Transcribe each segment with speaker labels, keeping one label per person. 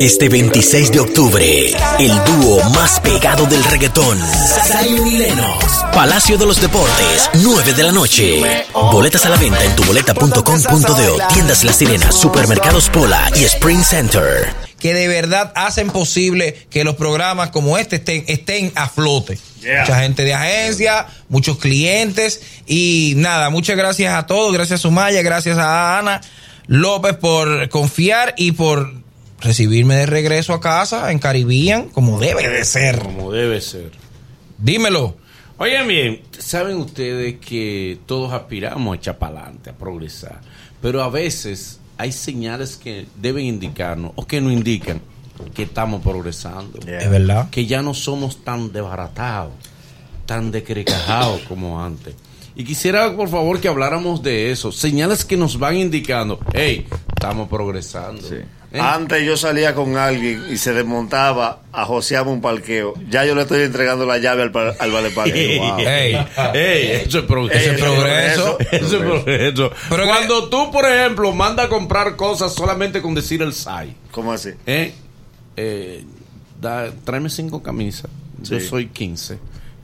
Speaker 1: Este 26 de octubre, el dúo más pegado del reggaetón, Zion y Lennox, Palacio de los Deportes, 9 de la noche. Boletas a la venta en tuboleta.com.de, tiendas La Sirena, supermercados Pola y Spring Center.
Speaker 2: Que de verdad hacen posible que los programas como este estén, estén a flote.
Speaker 3: Yeah.
Speaker 2: Mucha gente de agencia, muchos clientes y nada, muchas gracias a todos, gracias a Sumaya, gracias a Ana López por confiar y por recibirme de regreso a casa en Caribbean como debe de ser.
Speaker 3: Como debe ser.
Speaker 2: Dímelo.
Speaker 3: Oigan bien, saben ustedes que todos aspiramos a echar para adelante, a progresar, pero a veces hay señales que deben indicarnos o que nos indican que estamos progresando,
Speaker 2: Es verdad.
Speaker 3: que ya no somos tan desbaratados, tan decrecajados como antes. Y quisiera, por favor, que habláramos de eso. Señales que nos van indicando, hey, estamos progresando.
Speaker 2: Ah,
Speaker 3: ¿Eh?
Speaker 4: Antes yo salía con alguien y se desmontaba, ajoseaba un parqueo. Ya yo le estoy entregando la llave al, par- al valeparqueo. Wow.
Speaker 2: Ey.
Speaker 3: Ey, eso es
Speaker 2: Eso
Speaker 3: progreso.
Speaker 2: es progreso.
Speaker 3: Eso es progreso.
Speaker 2: Pero que-
Speaker 3: Cuando tú, por ejemplo, mandas a comprar cosas solamente con decir el SAI,
Speaker 4: ¿Cómo así?
Speaker 3: ¿eh? Eh, da- tráeme cinco camisas, yo
Speaker 4: Sí.
Speaker 3: soy 15.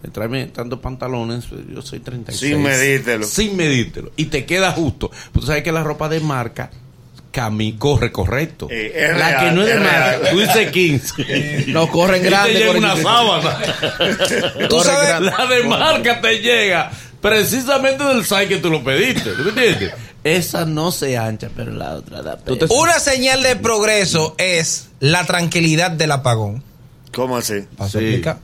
Speaker 3: Eh, Tráeme tantos pantalones, eh, yo soy 36.
Speaker 4: Sin medírtelo.
Speaker 3: Sin medírtelo. Y te queda justo. Tú sabes que la ropa de marca cami corre correcto.
Speaker 4: Eh, es
Speaker 3: la
Speaker 4: real,
Speaker 3: que no es de
Speaker 4: es
Speaker 3: marca,
Speaker 4: real.
Speaker 3: tú dices 15.
Speaker 5: No corren
Speaker 3: Y te
Speaker 5: grande.
Speaker 3: llega
Speaker 5: corren
Speaker 3: una
Speaker 5: chiquito.
Speaker 3: sábana.
Speaker 2: Tú
Speaker 5: Corre
Speaker 2: sabes-
Speaker 5: grande.
Speaker 3: La de marca te llega precisamente del site que tú lo pediste. ¿Tú me entiendes? Esa no se ancha, pero la otra da pena.
Speaker 2: Una señal de progreso es la tranquilidad del apagón.
Speaker 4: ¿Cómo así?
Speaker 2: Paso a explicar.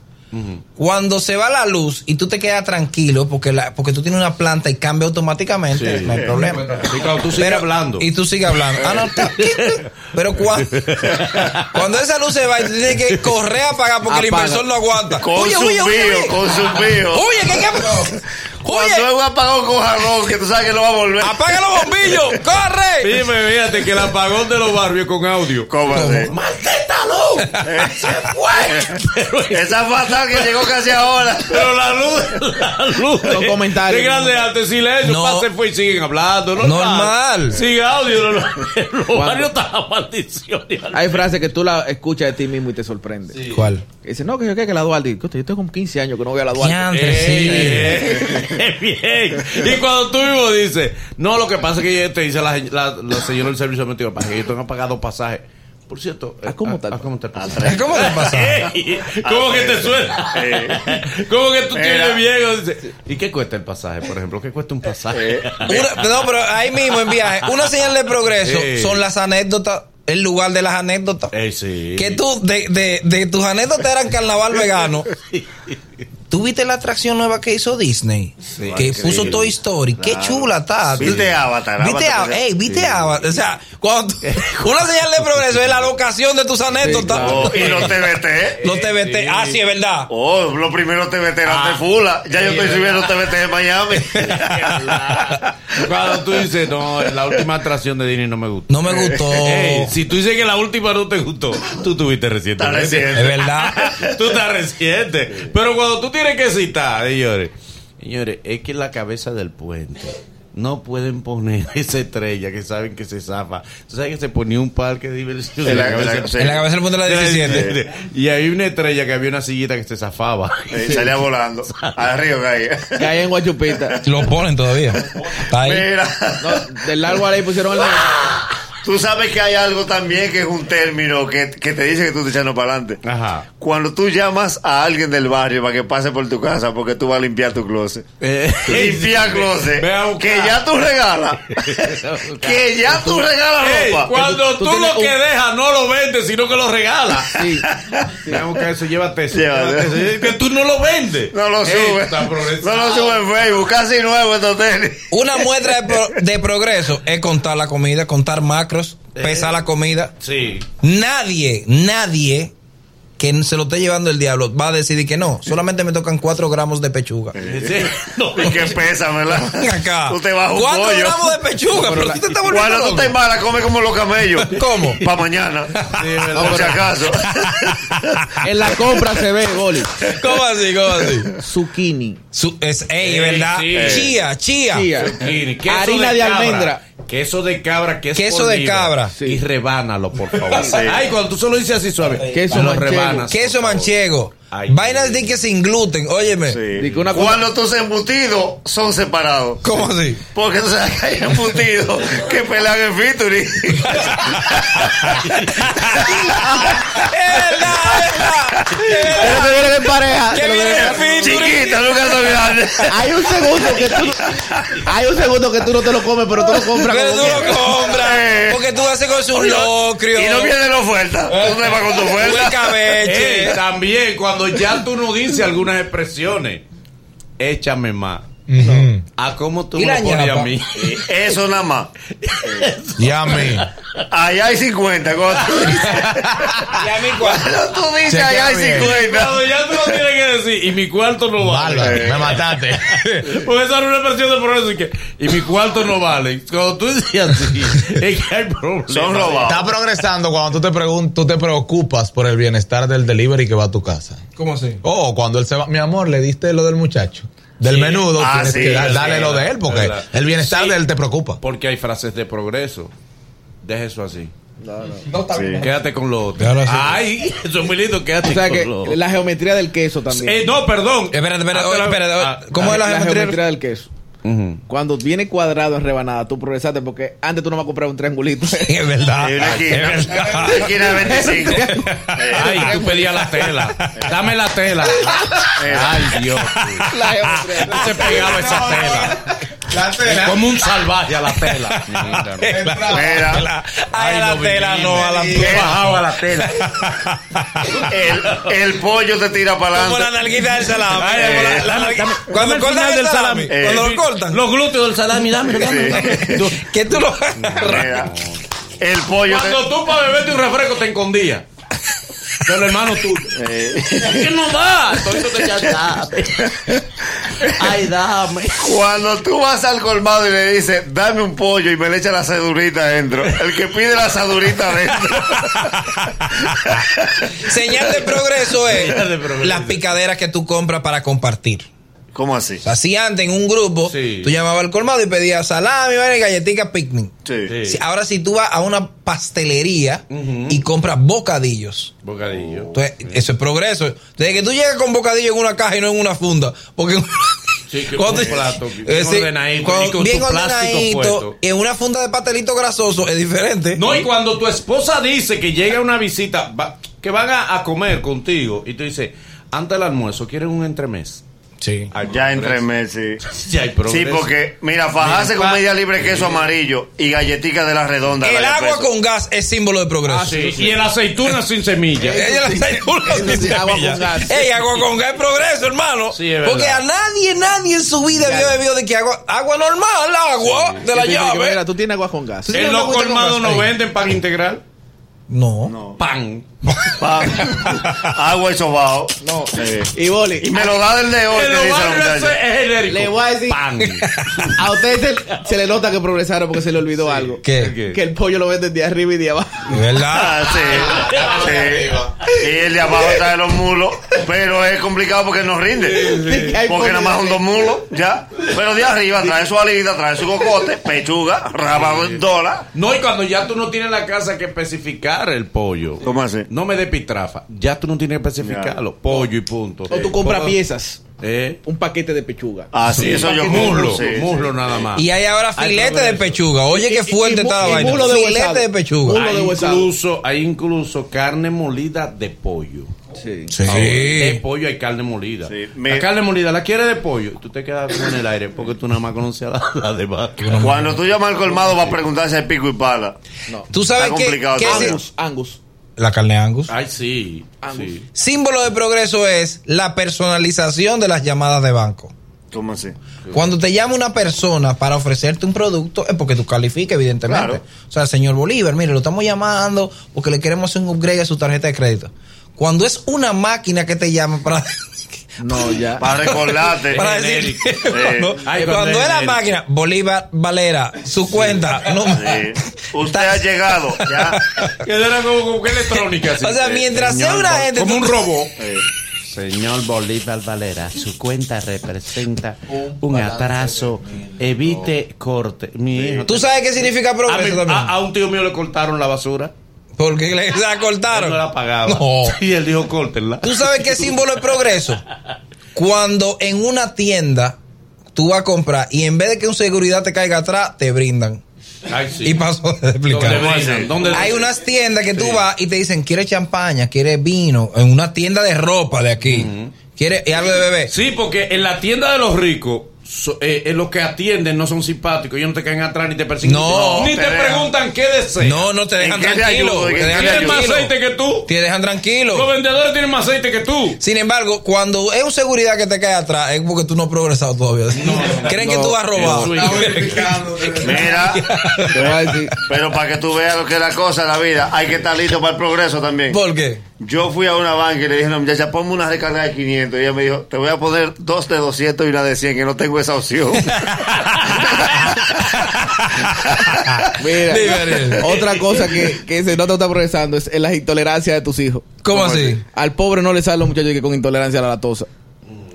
Speaker 2: Cuando se va la luz y tú te quedas tranquilo porque la, porque tú tienes una planta y cambia automáticamente,
Speaker 3: Sí.
Speaker 2: no hay problema.
Speaker 3: Y cuando tú sigues
Speaker 2: Pero-
Speaker 3: hablando.
Speaker 2: Y tú sigues hablando. Ah, no, está- Pero cuando, cuando esa luz se va y tú tienes que correr a apagar porque el
Speaker 3: Apaga.
Speaker 2: inversor no aguanta. Oye, oye, oye.
Speaker 4: Consumido, consumido.
Speaker 2: Oye, que hay que ap-
Speaker 4: Cuando
Speaker 2: Oye,
Speaker 4: es un apagón con jarrón, que tú sabes que no va a volver.
Speaker 2: apaga los bombillos, corre.
Speaker 3: Dime, fíjate que el apagón de los barrios con audio.
Speaker 4: ¿Cómo así?
Speaker 2: ¡Maldita luz! ¡Se fue!
Speaker 4: Esa fatal que llegó casi ahora.
Speaker 3: Pero la luz, la luz.
Speaker 5: Los
Speaker 3: de-
Speaker 5: comentarios.
Speaker 3: De grande arte, silencio.
Speaker 2: No.
Speaker 3: Pase fue y siguen hablando. Normal.
Speaker 2: Normal.
Speaker 3: Sigue audio. Los los barrios están a maldición.
Speaker 5: Hay frases que tú la escuchas de ti mismo y te sorprende.
Speaker 2: ¿Cuál?
Speaker 5: Que Dice, no, que yo que, que la Duarte. Coño, Yo tengo como 15 años que no voy a la Duarte.
Speaker 2: Diantre, sí.
Speaker 3: Eh, bien. Y cuando tú mismo dices, no, lo que pasa es que te dice la, la, la señora del servicio de metido, para que yo tengo pagado pasaje. Por cierto, eh,
Speaker 5: ¿A cómo está el
Speaker 3: a- a cómo está el pasaje?
Speaker 2: ¿Cómo te pasa?
Speaker 3: Ey, ¿Cómo que te suena? ¿Cómo que tú tienes viejo? Dice, ¿Y qué cuesta el pasaje, por ejemplo? ¿Qué cuesta un
Speaker 4: Eh.
Speaker 3: pasaje?
Speaker 2: Una- no, pero ahí mismo en viaje, una señal de progreso
Speaker 3: Sí.
Speaker 2: son las anécdotas, el lugar de las anécdotas.
Speaker 3: Eh, sí.
Speaker 2: Que tú, de, de- de tus anécdotas eran carnaval vegano. ¿Tú viste la atracción nueva que hizo Disney? que puso Toy Story. Qué chula está.
Speaker 4: Viste Avatar,
Speaker 2: Viste
Speaker 4: Avatar,
Speaker 2: Avatar.
Speaker 4: pues,
Speaker 2: Ey, viste Avatar. O sea, cuando tú- una señal de progreso es la locación de tus anécdotas.
Speaker 4: Oh, y los TBT.
Speaker 2: Los TBT. Ah, sí, es verdad.
Speaker 4: Oh, los primeros TBT eran
Speaker 2: Ah.
Speaker 4: de Fula. Ya yo estoy subiendo TBT en Miami.
Speaker 3: Cuando tú dices, no, la última atracción de Disney no me gustó.
Speaker 2: No me gustó.
Speaker 3: Ey, si tú dices que la última no te gustó, tú tuviste
Speaker 4: Está
Speaker 3: recientemente.
Speaker 2: Es
Speaker 4: reciente.
Speaker 2: verdad.
Speaker 3: tú estás reciente. Pero cuando tú tienes que citar, señores, señores, es que la cabeza del puente no pueden poner esa estrella que saben que se zafa. Tú sabes que se ponía un parque de diversión
Speaker 4: En
Speaker 3: en
Speaker 4: la-
Speaker 3: la cabeza.
Speaker 4: sí.
Speaker 2: En la cabeza del punto de la
Speaker 3: de la
Speaker 2: 17.
Speaker 3: 17. Y hay una estrella que había una sillita que se zafaba.
Speaker 4: Eh, salía volando. Al río caía.
Speaker 5: Que hay en Guachupita.
Speaker 2: Lo ponen todavía. Está ahí.
Speaker 4: Mira.
Speaker 5: No, del largo a la ahí pusieron el.
Speaker 4: Tú sabes que hay algo también que es un término que, que te dice que tú te echando para adelante.
Speaker 3: Ajá.
Speaker 4: Cuando tú llamas a alguien del barrio para que pase por tu casa porque tú vas a limpiar tu closet.
Speaker 3: Eh,
Speaker 4: Limpia closet.
Speaker 3: Ve a buscar.
Speaker 4: Que ya tú regalas. que ya tú regalas
Speaker 3: Ey,
Speaker 4: ropa.
Speaker 3: cuando tú,
Speaker 5: Tú- tú tienes
Speaker 3: lo que
Speaker 5: un-
Speaker 3: dejas no lo vendes, sino que lo regalas.
Speaker 5: Sí.
Speaker 3: Tenemos que eso, llévate eso.
Speaker 4: Llévate.
Speaker 3: llévate eso. Que tú no lo vendes.
Speaker 4: No lo
Speaker 3: Ey,
Speaker 4: sube.
Speaker 3: está
Speaker 4: No
Speaker 3: progresando.
Speaker 4: lo sube en Facebook. Casi nuevo estos tenis.
Speaker 2: Una muestra de, pro- de progreso es contar la comida, contar macros,
Speaker 4: Eh.
Speaker 2: pesar la comida.
Speaker 3: Sí.
Speaker 2: Nadie, nadie que se lo esté llevando el diablo va a decidir que no. Solamente me tocan 4 gramos de pechuga.
Speaker 3: Sí. No,
Speaker 4: Y que pesa, ¿verdad?
Speaker 2: Ven acá.
Speaker 4: Eh. Tú te vas a un
Speaker 2: 4
Speaker 4: pollo.
Speaker 2: gramos de pechuga. Pero tú te estás volviendo
Speaker 4: Cuando tú
Speaker 2: loco.
Speaker 4: te embalas, come como los camellos.
Speaker 2: ¿Cómo?
Speaker 4: Para mañana.
Speaker 3: verdad.
Speaker 4: por si acaso.
Speaker 5: En la compra se ve, Goli.
Speaker 2: ¿Cómo así? ¿Cómo así?
Speaker 5: Zucchini.
Speaker 2: Su- es, ey,
Speaker 3: Ey,
Speaker 2: ¿verdverdad?
Speaker 3: sí.
Speaker 2: Chía, chía.
Speaker 5: Chía.
Speaker 3: Zucchini, queso
Speaker 5: Harina de,
Speaker 3: de cabra.
Speaker 5: almendra.
Speaker 3: Queso de cabra, que es
Speaker 2: Queso
Speaker 3: por
Speaker 2: de
Speaker 3: libra.
Speaker 2: cabra.
Speaker 3: Y rebánalo, por favor.
Speaker 4: Sí.
Speaker 3: Ay, cuando tú se lo dices así suave.
Speaker 5: Queso
Speaker 3: lo
Speaker 5: manchego.
Speaker 3: rebanas.
Speaker 2: Queso
Speaker 3: por favor.
Speaker 2: manchego.
Speaker 3: Ay,
Speaker 2: Vainas
Speaker 3: sí.
Speaker 2: de que sin gluten, óyeme.
Speaker 4: Sí.
Speaker 5: Di que una cosa-
Speaker 4: Cuando tus embutidos son separados.
Speaker 2: ¿Cómo así?
Speaker 4: Porque tú sabes que hay embutidos que pelan en featuring.
Speaker 2: ¡Es verdad, es verdad!
Speaker 5: Pero te vienen en pareja.
Speaker 2: ¿Qué
Speaker 5: te lo
Speaker 2: viene
Speaker 5: vienen-
Speaker 2: el featuring?
Speaker 4: Chiquita, nunca son grandes.
Speaker 5: Hay un segundo que tú hay un segundo que tú no te lo comes, pero tú lo compras
Speaker 2: Pero tú
Speaker 5: como
Speaker 2: lo
Speaker 5: quieras.
Speaker 2: compras. Porque tú haces con sus locrios.
Speaker 4: Y no Eh, viene la oferta. Tú te vas con tu
Speaker 2: el
Speaker 4: oferta.
Speaker 2: cabeche.
Speaker 3: Eh, también, cuando ya tú no dices algunas expresiones, échame más.
Speaker 2: Ujú.
Speaker 3: ¿A cómo tú
Speaker 2: ¿Y
Speaker 3: me
Speaker 2: la
Speaker 3: lo pones
Speaker 2: ñapa?
Speaker 3: a mí?
Speaker 4: Eso nada más.
Speaker 2: Y a mí.
Speaker 4: Allá hay 50. Cuando tú dices,
Speaker 2: Y a mí cuál.
Speaker 4: cuando tú dices
Speaker 2: Chequea
Speaker 4: allá hay
Speaker 2: bien.
Speaker 4: 50.
Speaker 3: Cuando ya tú lo tienes que decir, y mi cuarto no vale.
Speaker 2: me mataste.
Speaker 3: Porque esa era una expresión de progreso. Y, que, y mi cuarto no vale. Cuando tú decías así, es que hay problemas.
Speaker 4: Son
Speaker 6: Está
Speaker 4: robados.
Speaker 6: progresando cuando tú te, pregun- tú te preocupas por el bienestar del delivery que va a tu casa.
Speaker 2: ¿Cómo así?
Speaker 6: O cuando él se va, mi amor, le diste lo del muchacho. Del menudo,
Speaker 4: Ah,
Speaker 6: tienes
Speaker 4: sí,
Speaker 6: que dar-
Speaker 4: es
Speaker 6: dale
Speaker 3: verdad,
Speaker 6: lo de él, porque
Speaker 3: es verdad.
Speaker 6: el bienestar de él te preocupa.
Speaker 3: Porque hay frases de progreso. Deja eso así.
Speaker 4: Sí.
Speaker 3: Quédate con lo otro.
Speaker 6: Déjalo así.
Speaker 3: Ay, eso es muy lindo. Quédate
Speaker 5: O sea
Speaker 3: con
Speaker 5: que
Speaker 3: lo otro.
Speaker 5: la geometría del queso también.
Speaker 3: Eh, no, perdón.
Speaker 2: Espérate, espérate,
Speaker 3: Hazte
Speaker 2: oye,
Speaker 3: la-
Speaker 2: espérate, oye.
Speaker 3: Ah,
Speaker 2: ¿Cómo
Speaker 5: La-
Speaker 2: es la
Speaker 5: la
Speaker 2: geometría?
Speaker 5: geometría del queso?
Speaker 3: ujú.
Speaker 5: Cuando viene cuadrado en rebanada, tú progresaste porque antes tú no vas a comprar un triangulito.
Speaker 2: Es verdad.
Speaker 4: Hay una esquina.
Speaker 2: Ah, Es verdad.
Speaker 4: Una esquina de 25.
Speaker 3: Ah, Ay, tú pedías la tela. Dame la tela. Ay, Dios.
Speaker 5: La geometría.
Speaker 3: Tú se pegaba esa tela.
Speaker 6: La
Speaker 3: Como un salvaje a la tela. Mira.
Speaker 4: Mira,
Speaker 2: Ay, a la
Speaker 3: lo
Speaker 2: tela,
Speaker 3: viví,
Speaker 2: no, a la
Speaker 3: me
Speaker 2: tela.
Speaker 3: he bajado a la tela.
Speaker 4: el, el pollo te tira para
Speaker 2: Como la
Speaker 4: adelante.
Speaker 2: nalguita del salami.
Speaker 4: Ay,
Speaker 2: Como la-
Speaker 4: eh.
Speaker 2: la nalgu-
Speaker 3: Dame- dame
Speaker 2: Cuando
Speaker 3: el
Speaker 2: cortan
Speaker 3: final
Speaker 2: el
Speaker 3: del
Speaker 2: salami,
Speaker 3: salami. Eh.
Speaker 2: cuando
Speaker 4: Eh.
Speaker 2: lo cortan,
Speaker 3: Los glúteos del salami, dame, dame.
Speaker 2: Tú- que tú lo
Speaker 4: Mira, el pollo
Speaker 3: Cuando tú para beberte un refresco te escondías. Del hermano tuyo.
Speaker 4: te. eh,
Speaker 3: ¿Qué no da? Todito te echaste. Ay, dame.
Speaker 4: Cuando tú vas al colmado y le dices, dame un pollo y me le echa la sadurita adentro. El que pide la sadurita adentro.
Speaker 2: Señal de progreso es
Speaker 3: Señal de progreso.
Speaker 2: las picaderas que tú compras para compartir.
Speaker 4: ¿Cómo así?
Speaker 2: O sea, si antes en un grupo,
Speaker 3: Sí.
Speaker 2: tú llamabas al colmado y pedías salami, vaina y galletica picnic.
Speaker 4: Sí.
Speaker 3: Sí.
Speaker 2: Si- Ahora si tú vas a una pastelería y compras bocadillos,
Speaker 3: Bocadillo.
Speaker 2: entonces eso es progreso. Desde que tú llegas con bocadillo en una caja y no en una funda, porque en-
Speaker 3: Sí, que
Speaker 2: cuando-
Speaker 3: con un plato,
Speaker 2: es
Speaker 3: bien
Speaker 2: decir,
Speaker 3: ordenadito,
Speaker 2: cuando-
Speaker 3: y con
Speaker 2: bien
Speaker 3: tu plástico
Speaker 2: ordenadito
Speaker 3: puesto.
Speaker 2: y en una funda de pastelito grasoso es diferente.
Speaker 3: No, y cuando tu esposa dice que llega una visita, va- que van a, a comer contigo, y tú dices, antes del almuerzo, ¿quieren un entremés? Ah,
Speaker 2: Sí.
Speaker 3: Hay
Speaker 4: Ya entre
Speaker 3: progreso.
Speaker 4: meses.
Speaker 3: Ya hay
Speaker 4: Sí,
Speaker 3: progreso.
Speaker 4: porque, mira, fajarse
Speaker 3: Mira,
Speaker 4: con
Speaker 3: pa-
Speaker 4: media libre queso amarillo y galletica de la redonda.
Speaker 2: El
Speaker 4: vaya
Speaker 2: agua
Speaker 4: peso.
Speaker 2: con gas es símbolo de progreso.
Speaker 3: Ah, sí, Eh, Y el aceituna sin semilla.
Speaker 2: Ella la aceituna
Speaker 5: Eso
Speaker 2: sin
Speaker 5: sí, agua con
Speaker 2: semillas.
Speaker 5: gas.
Speaker 2: Ey, agua con gas es progreso, hermano.
Speaker 3: Sí, es verdad.
Speaker 2: Porque a nadie, nadie en su vida había bebido de que agua, agua normal, agua de la
Speaker 5: Tú dices que, Mira,
Speaker 2: llave.
Speaker 5: tú tienes agua con gas.
Speaker 2: Sí. no
Speaker 3: En
Speaker 2: me
Speaker 3: los
Speaker 2: gusta
Speaker 3: colmados
Speaker 2: con gas.
Speaker 3: no
Speaker 2: Ey.
Speaker 3: venden pan integral.
Speaker 2: No.
Speaker 3: Pan.
Speaker 4: Pa- agua y sobao. No.
Speaker 5: Y Boli,
Speaker 4: Y me lo da del de hoy,
Speaker 3: En
Speaker 4: te
Speaker 3: los
Speaker 4: dice la
Speaker 3: barrios
Speaker 4: muchacha.
Speaker 3: ese es genérico.
Speaker 5: Le voy a decir-
Speaker 3: Pan.
Speaker 5: a ustedes se, se le nota que progresaron porque se le olvidó algo.
Speaker 2: ¿Qué?
Speaker 3: ¿Qué?
Speaker 5: Que el pollo lo venden de arriba y de abajo.
Speaker 2: ¿Verdad?
Speaker 4: Ah, sí. sí. Y el de abajo trae los mulos. Pero es complicado porque no
Speaker 5: Sí, sí.
Speaker 4: rinde. Porque nada más son dos mulos, ya. Pero de arriba trae su alita, trae su cocote, pechuga, rabadora.
Speaker 3: No, y cuando ya tú no tienes en la casa que especificar el pollo.
Speaker 4: ¿Cómo así?
Speaker 3: No me dé pitrafa. Ya tú no tienes que especificarlo. Pollo y punto.
Speaker 5: O tú compras
Speaker 3: Pongo-
Speaker 5: piezas.
Speaker 3: ¿Eh?
Speaker 5: Un paquete de pechuga.
Speaker 4: Así,
Speaker 3: Ah, Sí,
Speaker 4: eso yo
Speaker 3: muslo,
Speaker 4: compro. sí, sí.
Speaker 3: muslo nada
Speaker 5: Ah.
Speaker 3: más.
Speaker 2: Y hay ahora
Speaker 3: Hay
Speaker 2: filete de
Speaker 3: progreso.
Speaker 2: pechuga. Oye,
Speaker 5: Y-
Speaker 2: qué
Speaker 5: y-
Speaker 2: fuerte
Speaker 5: y-
Speaker 2: está la
Speaker 5: y
Speaker 2: vaina.
Speaker 5: mulo de
Speaker 2: Filete
Speaker 5: huesado.
Speaker 2: de pechuga.
Speaker 5: Mulo
Speaker 3: hay
Speaker 5: de huesado.
Speaker 3: incluso, hay incluso carne molida de pollo.
Speaker 5: Sí.
Speaker 3: Ahora,
Speaker 2: Sí.
Speaker 3: De pollo hay carne molida.
Speaker 4: Sí, me-
Speaker 3: La carne molida la quiere de pollo. Tú te quedas como en el aire porque tú nada más conocías la, la de vaca.
Speaker 4: Cuando tú llamas al colmado, va a preguntar si hay pico y pala.
Speaker 2: Tú sabes
Speaker 4: Está
Speaker 2: que,
Speaker 4: complicado
Speaker 2: que
Speaker 4: todavía. Ah.
Speaker 2: sí-
Speaker 5: Angus, Angus.
Speaker 2: la carne Angus.
Speaker 3: Ay, sí.
Speaker 5: Angus.
Speaker 3: sí.
Speaker 2: Símbolo de progreso es la personalización de las llamadas de banco.
Speaker 4: ¿Cómo así?
Speaker 2: Cuando te llama una persona para ofrecerte un producto es porque tú calificas, evidentemente.
Speaker 4: Claro.
Speaker 2: O sea, señor Bolívar, mire, lo estamos llamando porque le queremos hacer un upgrade a su tarjeta de crédito. Cuando es una máquina que te llama para,
Speaker 5: No, ya.
Speaker 4: Para recordarte.
Speaker 2: para
Speaker 3: Es
Speaker 2: decir,
Speaker 3: genérico.
Speaker 2: cuando,
Speaker 3: Ay,
Speaker 2: cuando
Speaker 3: cuando
Speaker 2: es la
Speaker 3: es
Speaker 2: máquina, Bolívar Valera, su cuenta, no
Speaker 4: Sí. Usted ha llegado, ya.
Speaker 3: Que era como, como que electrónica. así.
Speaker 2: O sea, mientras sea una gente...
Speaker 3: como
Speaker 2: tú-
Speaker 3: un robot.
Speaker 4: Eh,
Speaker 3: Señor Bolívar Valera, su cuenta representa un, atraso. Evite corte. Mi hijo-
Speaker 2: ¿Tú sabes qué significa
Speaker 3: a, mi-
Speaker 2: progreso también?
Speaker 3: a- a un tío mío le cortaron la basura.
Speaker 2: Porque le- se la
Speaker 3: Él
Speaker 2: cortaron.
Speaker 3: no la pagaba.
Speaker 2: No.
Speaker 3: Y él dijo, córtenla.
Speaker 2: ¿Tú sabes qué símbolo de progreso? Cuando en una tienda tú vas a comprar y en vez de que un seguridad te caiga atrás, te brindan.
Speaker 3: Ay, sí.
Speaker 2: Y pasó de explicar.
Speaker 3: ¿Dónde brindan? ¿Dónde-
Speaker 2: Hay unas tiendas que tú vas y te dicen, ¿quieres champaña? ¿Quieres vino? En una tienda de ropa de aquí. ¿Quieres y algo de bebé?
Speaker 3: Sí, porque en la tienda de los ricos, so- eh, eh, los que atienden no son simpáticos. Ellos no te caen atrás ni te persiguen.
Speaker 2: No.
Speaker 3: Oh, Ni te,
Speaker 4: Te dejan.
Speaker 3: preguntan qué deseas.
Speaker 2: No, no te
Speaker 4: ¿En
Speaker 2: dejan
Speaker 4: qué te
Speaker 2: tranquilo.
Speaker 4: ayudo?
Speaker 2: Te
Speaker 4: ¿En qué
Speaker 2: dejan
Speaker 4: te
Speaker 3: Tienen más aceite
Speaker 2: tranquilo.
Speaker 3: que tú.
Speaker 2: Te dejan tranquilo.
Speaker 3: Los vendedores tienen más aceite que tú.
Speaker 2: Sin embargo, cuando es un seguridad que te cae atrás, es porque tú no has progresado todavía. Creen que tú has robado.
Speaker 3: Eso
Speaker 5: Está
Speaker 3: es-
Speaker 5: verificando.
Speaker 4: Mira,
Speaker 5: Te voy a decir.
Speaker 4: pero para que tú veas lo que es la cosa en la vida, hay que estar listo para el progreso también.
Speaker 2: ¿Por qué?
Speaker 4: Yo fui a una banca y le dije a la muchacha, ponme una recarga de 500. Y ella me dijo, te voy a poner dos de 200 y una de 100, que no tengo esa opción.
Speaker 5: Mira,
Speaker 2: Dime,
Speaker 5: otra cosa que, que se nota está progresando es en las intolerancias de tus hijos.
Speaker 2: ¿Cómo así?
Speaker 5: Al pobre no le salen los muchachos que con intolerancia a la lactosa.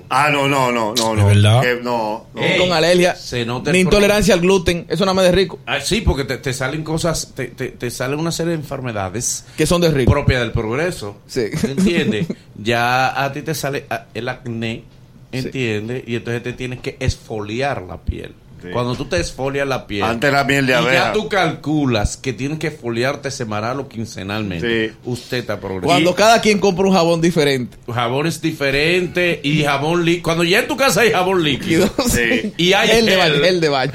Speaker 4: ah, no, no, no, no. no.
Speaker 2: ¿De verdad?
Speaker 4: Que no, no.
Speaker 3: Ey,
Speaker 5: con alergia.
Speaker 3: se nota el
Speaker 5: Ni intolerancia al gluten. Eso nada más de rico.
Speaker 3: Ah, sí, porque te, te salen cosas, te, te- te salen una serie de enfermedades
Speaker 5: Que son de rico.
Speaker 3: propias del progreso.
Speaker 5: Sí.
Speaker 3: ¿Entiendes? ya a ti te sale ah, el acné, ¿entiendes? Y entonces te tienes que esfoliar la piel.
Speaker 4: Sí.
Speaker 3: Cuando tú te esfolias la piel.
Speaker 4: Antes la miel de
Speaker 3: y
Speaker 4: abeja.
Speaker 3: ya tú calculas que tienes que esfoliarte semanal o quincenalmente.
Speaker 4: Sí.
Speaker 3: Usted está progresando.
Speaker 5: Cuando
Speaker 3: Y-
Speaker 5: cada quien compra un jabón diferente.
Speaker 3: jabón es diferente y jabón líquido. Cuando ya en tu casa hay jabón líquido.
Speaker 4: Sí.
Speaker 3: Y hay
Speaker 5: el de
Speaker 3: gel.
Speaker 5: baño. El de baño.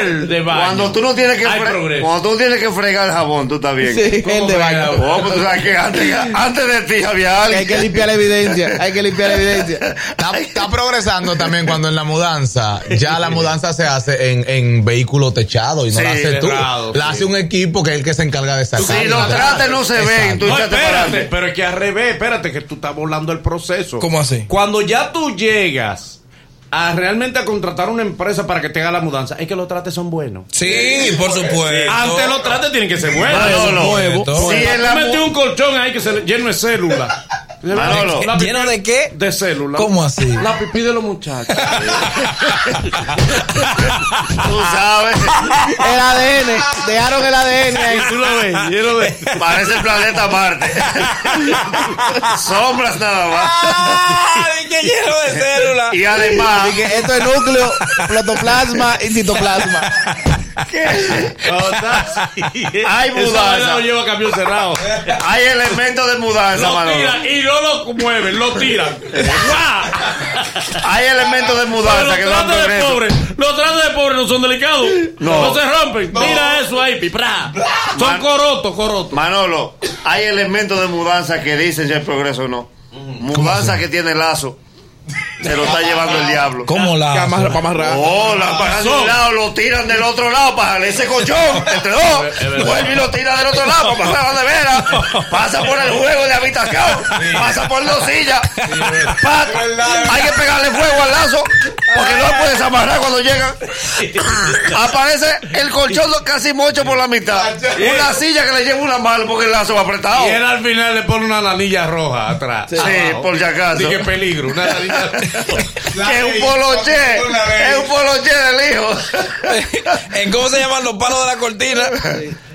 Speaker 3: el de baño.
Speaker 4: Cuando tú no tienes que
Speaker 3: Hay
Speaker 4: fre-
Speaker 3: progreso.
Speaker 4: cuando tú tienes que fregar el jabón, tú estás bien.
Speaker 5: Sí,
Speaker 3: ¿Cómo
Speaker 5: el de
Speaker 3: me
Speaker 5: baño.
Speaker 3: grabo?
Speaker 4: Oh, pues tú sabes que antes, antes de ti había
Speaker 5: Que
Speaker 4: alguien.
Speaker 5: hay que limpiar la evidencia. Hay que limpiar la evidencia.
Speaker 6: Está, está progresando también cuando en la mudanza, ya la mudanza se hace en, en vehículo techado y no
Speaker 4: Sí,
Speaker 6: la haces tú.
Speaker 3: cerrado,
Speaker 6: la
Speaker 3: sí.
Speaker 6: hace un equipo que es el que se encarga de sacar.
Speaker 4: Si los trates no se ven, tú
Speaker 3: No,
Speaker 4: echate para
Speaker 3: espérate,
Speaker 4: adelante.
Speaker 3: pero es que al revés, espérate, que tú estás volando el proceso.
Speaker 2: ¿Cómo así?
Speaker 3: Cuando ya tú llegas a realmente a contratar una empresa para que te haga la mudanza, es que los trates son buenos.
Speaker 2: Sí, por supuesto.
Speaker 3: Antes los trates tienen que ser buenos.
Speaker 4: Manolo,
Speaker 2: Huevo.
Speaker 4: si
Speaker 3: Tú
Speaker 4: en la
Speaker 3: metes
Speaker 4: mu-
Speaker 3: un colchón ahí que se le- lleno de células.
Speaker 4: Manolo.
Speaker 3: La pi-
Speaker 2: ¿Lleno de qué?
Speaker 3: De células.
Speaker 2: ¿Cómo así?
Speaker 3: La pipí de los muchachos.
Speaker 4: tú sabes,
Speaker 5: El ADN. Dejaron el ADN ahí.
Speaker 3: tú lo ves, lleno de...
Speaker 4: parece el planeta Marte. Sombras nada más.
Speaker 2: ¡Ay, qué lleno Ah, de células!
Speaker 4: Y además,
Speaker 5: Así que esto es núcleo, protoplasma y citoplasma.
Speaker 4: Hay
Speaker 3: Eso
Speaker 4: mudanza.
Speaker 3: lo lleva a camión cerrado.
Speaker 4: hay elementos de mudanza,
Speaker 3: Lo
Speaker 4: Manolo.
Speaker 3: tiran y no lo mueven, lo tiran. ¡Guau!
Speaker 4: Hay elementos de
Speaker 3: Pero
Speaker 4: mudanza
Speaker 3: los
Speaker 4: que dan
Speaker 3: tratos de
Speaker 4: progreso.
Speaker 3: pobres, los tratos de pobres no son delicados. No,
Speaker 4: No.
Speaker 3: se rompen. Mira eso ahí, pipra. Son
Speaker 4: Man-
Speaker 3: corotos, corotos.
Speaker 4: Manolo, hay elementos de mudanza que dicen si hay progreso o no.
Speaker 3: Mm.
Speaker 4: Mudanza que tiene lazo. Se lo está llevando el diablo.
Speaker 2: ¿Cómo
Speaker 5: Que
Speaker 2: la.?
Speaker 5: amarra- para amarrar.
Speaker 4: Oh, la pagan de un lado, lo tiran del otro lado para jalar ese colchón entre dos. Vuelve y lo tira del otro lado para pasar la nevera. Pasa por el juego de habitación. Pasa por dos sillas. Pa- Hay que pegarle fuego al lazo porque no lo puedes amarrar cuando llegan. Aparece el colchón casi mocho por la mitad. Una silla que le lleva una mano porque el Ah, lazo va apretado.
Speaker 3: Y él al final le pone una lanilla roja atrás.
Speaker 4: Sí, por si acaso.
Speaker 3: Así que peligro, una lanilla
Speaker 4: Que es un poloche. Es un poloche del hijo.
Speaker 2: ¿En cómo se llaman los palos de la cortina?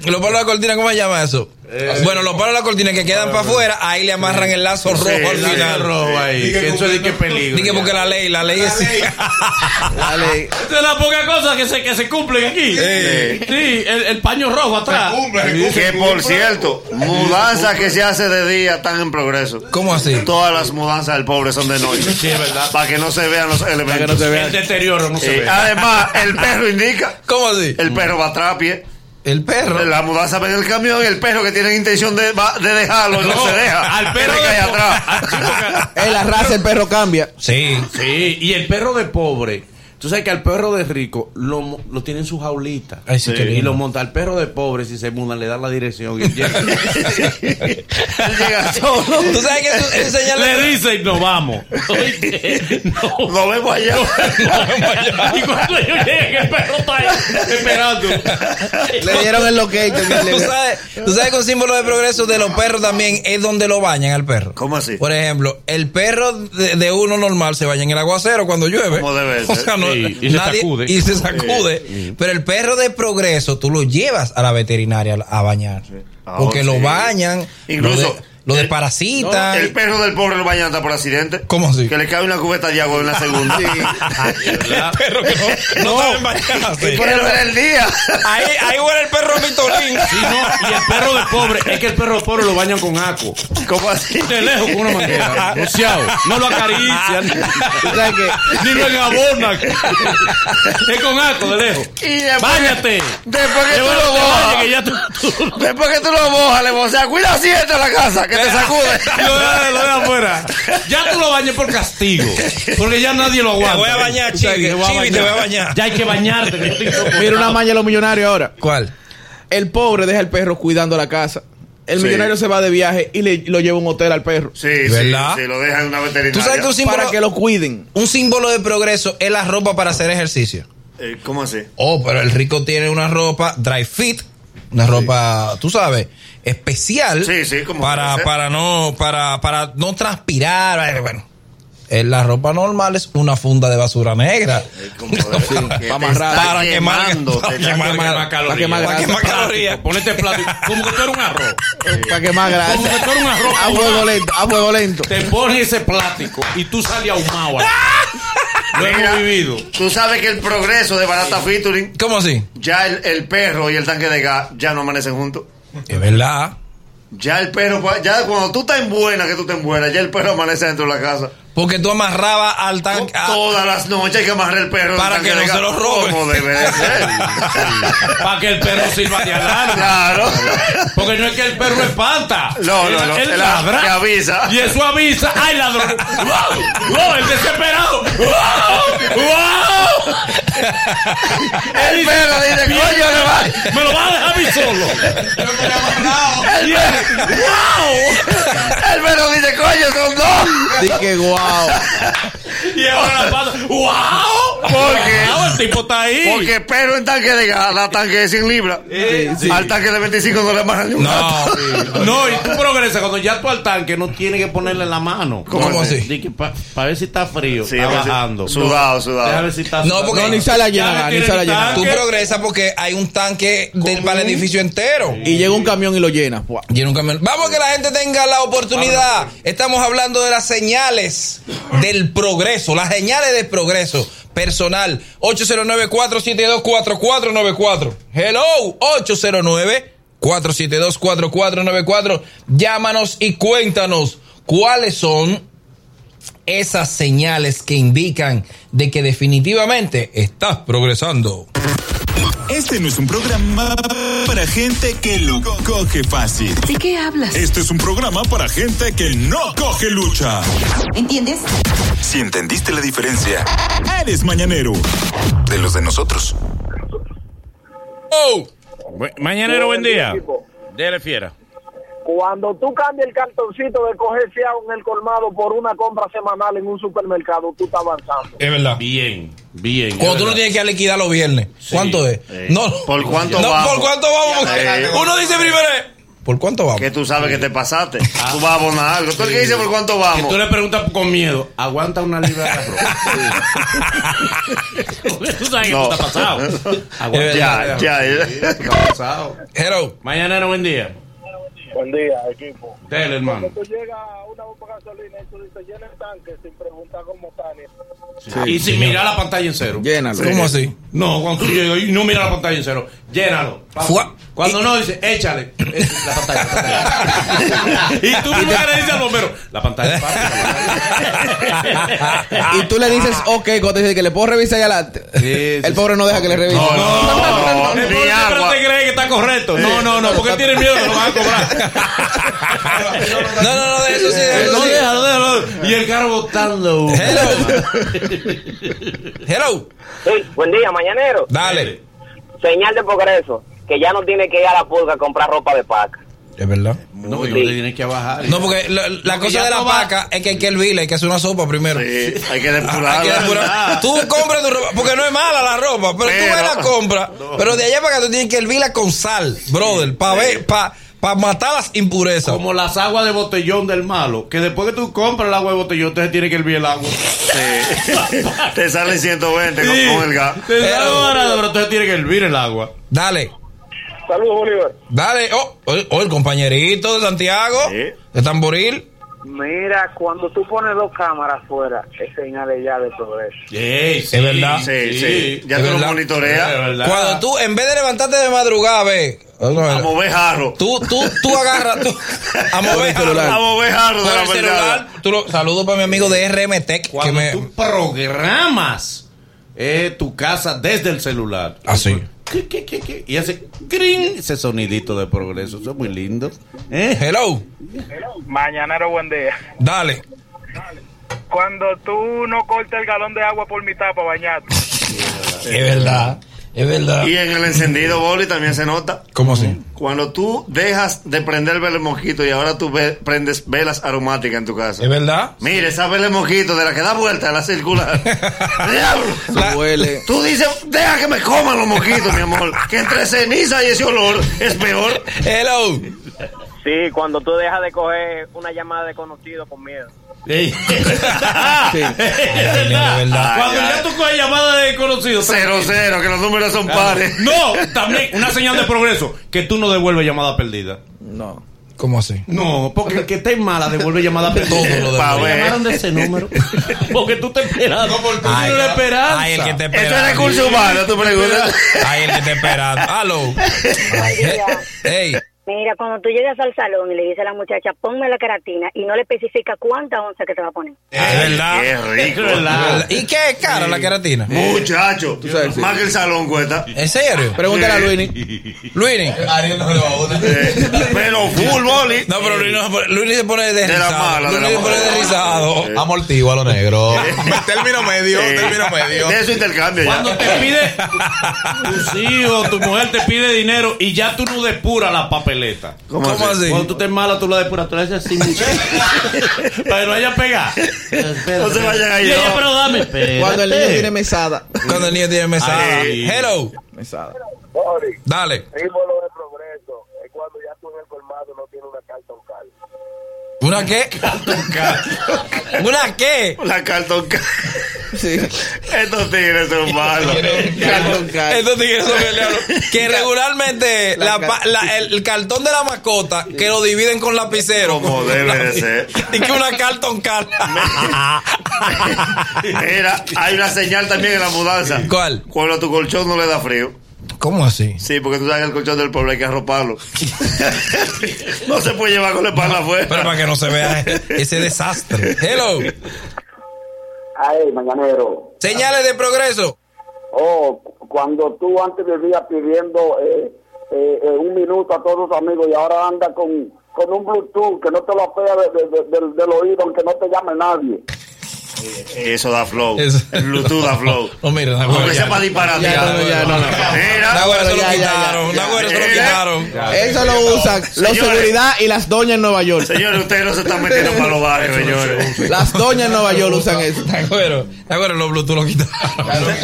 Speaker 2: Los palos de la cortina, ¿cómo se llama eso? bueno, los palos de la cortina que quedan para afuera, ahí le amarran el lazo rojo al
Speaker 4: el lazo
Speaker 3: Lanilla
Speaker 2: final.
Speaker 3: roja ahí. que eso es de que peligro.
Speaker 2: Dije porque la ley, la ley es.
Speaker 5: Dale.
Speaker 3: Esa es la poca cosa que se, que se cumplen aquí.
Speaker 4: Sí.
Speaker 3: Sí, el, el paño rojo atrás.
Speaker 4: Que por cierto, mudanzas que se hace de día están en progreso.
Speaker 2: ¿Cómo así?
Speaker 4: Todas las mudanzas del pobre son de noche.
Speaker 3: Sí, es verdad.
Speaker 4: Para que no se vean los
Speaker 5: Para que
Speaker 4: elementos.
Speaker 5: no se
Speaker 3: El
Speaker 5: vea.
Speaker 3: deterioro no se
Speaker 4: Eh,
Speaker 3: ve.
Speaker 4: además, el perro indica.
Speaker 2: ¿Cómo así?
Speaker 4: El perro va atrás a pie.
Speaker 2: El perro.
Speaker 4: La mudanza va en el camión y el perro que tiene intención de, va- de dejarlo no,
Speaker 3: No,
Speaker 4: se deja.
Speaker 3: Al perro
Speaker 4: Se
Speaker 3: de
Speaker 4: le cae
Speaker 3: po-
Speaker 4: atrás.
Speaker 3: Ah, sí, porque-
Speaker 5: En la raza el perro cambia.
Speaker 2: Sí.
Speaker 3: Sí, y el perro de pobre Tú sabes que al perro de rico lo, mo- lo tiene en su jaulita.
Speaker 2: Ay, sí, qué
Speaker 3: y
Speaker 2: lindo.
Speaker 3: lo monta al perro de pobre si se mudan, le dan la dirección y llega.
Speaker 4: Él llega solo.
Speaker 2: Tú sabes que eso, eso señala-
Speaker 3: le dice y nos vamos.
Speaker 4: Nos vemos allá.
Speaker 7: Y cuando yo llegue, el perro está ahí esperando.
Speaker 5: Le dieron el locator. que
Speaker 2: Tú
Speaker 5: le-
Speaker 2: sabes, tú sabes que un símbolo de progreso de los perros también es donde lo bañan al perro.
Speaker 4: ¿Cómo así?
Speaker 2: Por ejemplo, el perro de, de uno normal se baña en el aguacero cuando llueve.
Speaker 4: Como debe
Speaker 2: O
Speaker 4: ser.
Speaker 2: sea, no-
Speaker 7: Sí, y se
Speaker 2: nadie-
Speaker 7: sacude.
Speaker 2: y se sacude. Pero el perro de progreso tú lo llevas a la veterinaria a bañar.
Speaker 4: Ah,
Speaker 2: Porque
Speaker 4: sí.
Speaker 2: lo bañan,
Speaker 4: Incluso,
Speaker 2: lo, de,
Speaker 4: el-
Speaker 2: desparasitan.
Speaker 4: El perro del pobre lo bañan hasta por accidente.
Speaker 2: ¿Cómo así?
Speaker 4: Que le cae una cubeta de agua en la segunda.
Speaker 2: El perro que no, no, saben bañarse.
Speaker 4: Por el, el día.
Speaker 2: Ahí, ahí huele el perro mitolín.
Speaker 3: Sí, no, y el perro de pobre, es que el perro de pobre lo bañan con aco.
Speaker 4: ¿Cómo así?
Speaker 3: De lejos con una manguera. rociado. No lo acarician.
Speaker 5: Tú sabes que-
Speaker 3: Ni lo engabonan. Es con aco, de lejos.
Speaker 4: Y después,
Speaker 3: Báñate.
Speaker 4: Después que tú
Speaker 3: Llévalo
Speaker 4: lo
Speaker 3: que bañe, que
Speaker 4: mojas.
Speaker 3: pues, ya tú- tú-
Speaker 4: Después que tú lo mojas, le mojas. Cuida si entra a la casa, que te sacude.
Speaker 3: Lo de, lo de afuera. Ya tú lo bañes por castigo. Porque ya nadie lo aguanta.
Speaker 2: Te voy a bañar, Chiqui.
Speaker 3: Te voy a
Speaker 2: Chiqui, te voy a bañar.
Speaker 7: Ya hay que bañarte. que yo estoy insoportable.
Speaker 5: Mira una maña de los millonarios ahora.
Speaker 2: ¿Cuál?
Speaker 5: El pobre deja al perro cuidando la casa. El
Speaker 4: Sí.
Speaker 5: millonario se va de viaje y le, lo lleva a un hotel al perro.
Speaker 4: Sí,
Speaker 2: ¿Verdad?
Speaker 4: sí, sí, lo dejan en una veterinaria.
Speaker 2: ¿Tú sabes que un símbolo,
Speaker 5: Para que lo cuiden.
Speaker 2: un símbolo de progreso es la ropa para hacer ejercicio?
Speaker 4: Eh, ¿Cómo así?
Speaker 2: Oh, pero el rico tiene una ropa dry fit, una ropa, tú sabes, especial
Speaker 4: Sí, sí, como
Speaker 2: para
Speaker 4: debe ser.
Speaker 2: para no para para no transpirar, eh, bueno. eh, La ropa normal es una funda de basura negra.
Speaker 4: Como debe ser. Que te
Speaker 5: amarrar.
Speaker 4: está
Speaker 2: Para quemar-
Speaker 4: quemando, te
Speaker 2: para
Speaker 4: está
Speaker 2: quemar-
Speaker 4: quemando.
Speaker 2: para
Speaker 5: Para quemar
Speaker 2: Para
Speaker 5: grasa.
Speaker 2: quemar calorías.
Speaker 3: Ponete plástico. Como que tú eres un arroz.
Speaker 5: Para que más
Speaker 3: Como que tú
Speaker 5: grasa.
Speaker 3: eres un arroz.
Speaker 5: A fuego lento, a fuego lento.
Speaker 3: Te pones ese plástico y tú sales ahumado. ahí. Lo
Speaker 4: Mira,
Speaker 3: hemos vivido.
Speaker 4: Tú sabes que el progreso de Barata Featuring,
Speaker 2: ¿Cómo así?
Speaker 4: ya el, el perro y el tanque de gas ya no amanecen juntos.
Speaker 2: Es verdad.
Speaker 4: Ya el perro, pa- ya cuando tú estás en buena, que tú te en buena, ya el perro amanece dentro de la casa.
Speaker 2: Porque tú amarrabas al tanque. a-
Speaker 4: Todas las noches hay que amarrar el perro. del
Speaker 2: Ah, Para
Speaker 4: tanque
Speaker 2: que
Speaker 4: de
Speaker 2: no
Speaker 4: gas.
Speaker 2: se lo roben.
Speaker 4: Como debe de ser.
Speaker 3: Para que el perro sirva de alarma.
Speaker 4: claro.
Speaker 3: Porque no es que el perro espanta.
Speaker 4: No, no,
Speaker 3: Él-
Speaker 4: no.
Speaker 3: Él,
Speaker 4: Él
Speaker 3: ladra.
Speaker 4: te avisa.
Speaker 3: Y eso avisa. ¡Ay, ladrón! ¡Wow! ¡Wow! ¡El desesperado! ¡Wow! ¡Wow!
Speaker 4: El perro dice, coño, que va.
Speaker 3: ¡Me lo vas a dejar a mí solo!
Speaker 4: El perro, el perro dice, coño, son dos.
Speaker 5: Di que guau.
Speaker 3: Y ahora la pata. ¡Wow!
Speaker 4: Porque-
Speaker 3: ¡Wow! El tipo está ahí.
Speaker 4: Porque perro en tanque de gas, la tanque de 100 libras. Al tanque de 25 no le amarran ni un gato.
Speaker 2: No.
Speaker 3: Ah, No, y tú progresas cuando ya tú al tanque no tienes que ponerle la mano.
Speaker 4: ¿Cómo
Speaker 2: ¿Cómo así?
Speaker 3: Para ver si está frío,
Speaker 4: Sí, a
Speaker 3: está
Speaker 4: ver si-
Speaker 3: bajando.
Speaker 4: sudado, sudado.
Speaker 3: Deja ver si está
Speaker 2: No,
Speaker 3: sudado.
Speaker 2: porque- No, ni
Speaker 5: sale a
Speaker 3: Ya le
Speaker 5: llenar, ni
Speaker 3: tiene
Speaker 5: sale a
Speaker 3: el
Speaker 5: llenar.
Speaker 2: Tú
Speaker 3: tanque.
Speaker 2: progresas porque hay un tanque del, para el edificio entero.
Speaker 5: Y llega un camión y lo llena. Buah.
Speaker 2: Y en un camión. Vamos a que la gente tenga la oportunidad. Estamos hablando de las señales del progreso, las señales de progreso personal. 809-472-4494. Hello, 809-472-4494. Llámanos y cuéntanos cuáles son esas señales que indican de que definitivamente estás progresando.
Speaker 8: Este no es un programa para gente que lo coge fácil.
Speaker 9: ¿De qué hablas?
Speaker 8: Este es un programa para gente que no coge lucha.
Speaker 9: ¿Entiendes?
Speaker 8: Si entendiste la diferencia, eres mañanero. De los de nosotros.
Speaker 2: Oh.
Speaker 7: Bu- Mañanero, buen día. Dele fiera.
Speaker 10: Cuando tú cambias el cartoncito de coger fiado en el colmado por una compra semanal en un supermercado, tú estás avanzando.
Speaker 2: Es verdad.
Speaker 3: Bien, bien.
Speaker 2: Cuando
Speaker 3: es
Speaker 2: tú no
Speaker 3: verdad.
Speaker 2: tienes que liquidar los viernes. ¿Cuánto es?
Speaker 4: Eh,
Speaker 2: No.
Speaker 4: ¿por cuánto
Speaker 2: no,
Speaker 4: vamos?
Speaker 2: ¿Por cuánto vamos?
Speaker 4: Eh,
Speaker 2: Uno dice primero. eh, ¿Por cuánto vamos?
Speaker 4: Que tú sabes que te pasaste. Tú vas a abonar algo. ¿Tú el que dice por cuánto vamos?
Speaker 3: Tú le preguntas con miedo, aguanta una libra de arroz. Porque tú sabes que
Speaker 4: No.
Speaker 3: tú estás pasado. Aguanta.
Speaker 4: Ya, ya, ya.
Speaker 3: pasado.
Speaker 2: Hello.
Speaker 3: Mañanero, buen día.
Speaker 10: Buen día, equipo.
Speaker 3: Dele, hermano.
Speaker 10: llegas a una bomba de gasolina y tú dices, llena el tanque sin preguntar cómo está.
Speaker 3: y sin mirar la pantalla en cero.
Speaker 5: Llénalo.
Speaker 2: ¿Cómo así?
Speaker 3: No, cuando tú llegas y no mira la pantalla en cero, llénalo.
Speaker 2: Fua-
Speaker 3: Cuando no, dice, échale. Eh, La pantalla. La pantalla. y tú primero le dices al bombero, la pantalla. pártela.
Speaker 5: Y tú le dices, ok, cuando te dice que le puedo revisar ya adelante.
Speaker 3: sí,
Speaker 5: El pobre no deja que le revise.
Speaker 4: No, no,
Speaker 3: El
Speaker 4: ni
Speaker 3: pobre siempre
Speaker 4: agua.
Speaker 3: te cree que está correcto. No, no, no, porque él tiene miedo que lo van a cobrar.
Speaker 2: No, no, no, de eso sí. de eso
Speaker 3: Eh, No,
Speaker 2: sí.
Speaker 3: déjalo, déjalo. Y el carro botando.
Speaker 2: Hello. Hello.
Speaker 10: Sí, buen día, mañanero.
Speaker 2: Dale.
Speaker 10: Señal de progreso, que ya no tiene que ir a la pulga a comprar ropa de paca.
Speaker 2: Es verdad.
Speaker 3: No, que no te tienes que bajar.
Speaker 2: No, porque la, la
Speaker 3: Porque
Speaker 2: cosa
Speaker 3: ya
Speaker 2: de la
Speaker 3: no va-
Speaker 2: vaca es que hay que hervirla, hay que hacer una sopa primero.
Speaker 4: Sí, hay que
Speaker 2: Ah,
Speaker 4: depurar.
Speaker 2: hay que depurar. Tú compras tu ropa, porque no es mala la ropa, pero, tú
Speaker 4: Pero-
Speaker 2: vas y la compras. Pero de allá para acá tú tienes que hervirla con sal, brother, para pa, pa matar las impurezas.
Speaker 3: Como las aguas de botellón del malo, que después que tú compras el agua de botellón, entonces tiene que hervir el agua.
Speaker 4: Te sale 120 con, con el gas.
Speaker 3: Te
Speaker 2: Pero-
Speaker 3: sale barato, pero entonces tiene que hervir el agua.
Speaker 2: Dale,
Speaker 10: Saludos, Bolívar.
Speaker 2: dale. Oh, oh, oh, el compañerito de Santiago,
Speaker 4: Sí.
Speaker 2: de Tamboril.
Speaker 10: Mira, cuando tú pones dos cámaras fuera, es señal de ya de progreso.
Speaker 2: Es verdad.
Speaker 4: Sí, sí. Ya
Speaker 2: Es
Speaker 4: tú lo
Speaker 2: verdad.
Speaker 3: Es
Speaker 4: monitoreas.
Speaker 3: verdad.
Speaker 2: Cuando tú, en vez de levantarte de madrugada, ve.
Speaker 4: A mover jarro.
Speaker 2: Tú, tú, tú agarras tú, a mover
Speaker 4: A mover jarro de
Speaker 2: Por
Speaker 4: la
Speaker 2: el celular,
Speaker 4: verdad.
Speaker 2: tú lo- saludo para mi amigo de RM Tech que
Speaker 3: Cuando
Speaker 2: me
Speaker 3: tú programas eh, tu casa desde el celular.
Speaker 2: Así.
Speaker 3: ¿Qué, qué, qué, qué? Y hace grin, ese sonidito de progreso. Eso es muy lindo. ¿Eh?
Speaker 2: Hello,
Speaker 10: Mañanero, buen día.
Speaker 2: dale.
Speaker 10: Cuando tú no cortas el galón de agua por mitad para bañarte.
Speaker 2: Es verdad, es verdad.
Speaker 4: Y en el encendido boli también se nota.
Speaker 2: ¿Cómo así?
Speaker 4: Cuando tú dejas de prender velas mosquito y ahora tú ve- prendes velas aromáticas en tu casa.
Speaker 2: ¿Es verdad?
Speaker 4: Mire, esa velas mosquito de la que da vuelta, la circular. ¡Diablo!
Speaker 5: Huele.
Speaker 4: Tú dices, deja que me coman los mosquitos, mi amor. Que entre ceniza y ese olor es peor.
Speaker 2: Hello.
Speaker 10: Sí, cuando tú dejas de coger una llamada de conocido con miedo.
Speaker 3: Ey. Es verdad.
Speaker 2: de verdad.
Speaker 3: Cuando
Speaker 4: Ay,
Speaker 3: ya
Speaker 4: ay.
Speaker 3: tú coges llamada de conocido.
Speaker 4: Cero, cero, que los números son pares.
Speaker 3: No, también una señal de progreso que tú no devuelves llamada perdida.
Speaker 5: No.
Speaker 2: ¿Cómo así?
Speaker 3: No, porque el que esté en mala devuelve llamada perdida.
Speaker 2: Todo lo
Speaker 4: Eh, Pa'
Speaker 2: devuelve.
Speaker 4: ver.
Speaker 7: Llamaron de ese número. Porque tú te esperas. No,
Speaker 3: Tú tienes la esperanza.
Speaker 2: Ay, el que te
Speaker 4: Eso es
Speaker 2: espera.
Speaker 4: recurso humano, tú preguntas.
Speaker 2: Ay, el que te espera. Hello. Hey,
Speaker 9: Mira, cuando tú llegas al salón y le dices a la muchacha, ponme la queratina y no le especifica cuánta onza que te va a poner.
Speaker 2: es verdad.
Speaker 4: Qué rico.
Speaker 2: ¿Y qué es cara la queratina?
Speaker 4: Muchacho,
Speaker 5: sabes, sí.
Speaker 4: más que el salón cuesta. Eh,
Speaker 2: ¿En serio?
Speaker 5: Pregúntale a
Speaker 4: Sí.
Speaker 5: Luini.
Speaker 2: Luini.
Speaker 4: Eh, Pero full boli.
Speaker 2: No, pero Luini, no se pone- Luini se pone
Speaker 4: la
Speaker 2: derrizado.
Speaker 4: mala, de la
Speaker 2: Luini se pone
Speaker 4: mala.
Speaker 2: derrizado.
Speaker 6: Amortigua lo negro. término medio,
Speaker 4: Eh,
Speaker 6: término medio.
Speaker 4: De eso intercambio ya.
Speaker 7: Cuando te pide
Speaker 3: Tus hijos, tu mujer te pide dinero y ya tú no depuras la papeleta.
Speaker 4: ¿Cómo
Speaker 2: ¿Cómo
Speaker 4: así?
Speaker 2: así?
Speaker 3: Cuando tú estés mala, tú la depuras. Tú la haces así mucho. Para que no haya pegado.
Speaker 4: No se vayan ahí.
Speaker 7: y ella,
Speaker 4: no.
Speaker 7: pero dame.
Speaker 5: Cuando el niño
Speaker 7: Espérate.
Speaker 5: tiene mesada.
Speaker 2: Cuando el niño tiene mesada.
Speaker 4: Ay.
Speaker 2: Hello.
Speaker 5: Mesada.
Speaker 2: Dale.
Speaker 10: Símbolo de progreso es cuando ya tú en el colmado no tienes una carta local.
Speaker 2: ¿Una qué? ¿Una qué?
Speaker 4: La cartón ca-
Speaker 5: Sí.
Speaker 4: Estos tigres son malos.
Speaker 5: Cartón cal.
Speaker 2: Estos tigres son peleados. Que regularmente
Speaker 5: La
Speaker 2: la pa- la- el, el cartón de la mascota que lo dividen con lapicero.
Speaker 4: Como debe de ser.
Speaker 2: Y que una cartón cal.
Speaker 4: Mira, hay una señal también en la mudanza.
Speaker 2: ¿Cuál?
Speaker 4: Cuando a tu colchón no le da frío.
Speaker 2: ¿Cómo así?
Speaker 4: Sí, porque tú sabes que el colchón del pueblo hay que arroparlo. no se puede llevar con la espalda
Speaker 2: Pero
Speaker 4: afuera.
Speaker 2: para que no se vea ese desastre. Hello.
Speaker 10: Ay, mañanero.
Speaker 2: Señales de progreso.
Speaker 10: Oh, cuando tú antes vivías pidiendo eh, eh, eh, un minuto a todos tus amigos y ahora andas con, con un Bluetooth que no te lo apea de- de- de- del- del oído, aunque no te llame nadie.
Speaker 4: Eso da flow.
Speaker 2: Eso-
Speaker 4: El Bluetooth da flow.
Speaker 2: No, mira,
Speaker 4: Aunque
Speaker 2: Nahuel.
Speaker 4: sea
Speaker 2: ya-
Speaker 4: para disparar.
Speaker 5: Ya, no, ya, no, no.
Speaker 4: Mira.
Speaker 2: Nahuel se
Speaker 5: Ya,
Speaker 2: lo
Speaker 5: ya, ya,
Speaker 2: quitaron.
Speaker 5: ya.
Speaker 2: Nahuel se lo
Speaker 4: Eh.
Speaker 2: quitaron.
Speaker 5: Eso lo usan los
Speaker 4: Señores.
Speaker 5: seguridad y las doñas en Nueva York.
Speaker 4: Señores, ustedes no se están metiendo para los barrios, señores.
Speaker 5: Las doñas en Nueva York usan eso.
Speaker 2: Nahuel, Nahuel, los Bluetooth lo quitaron.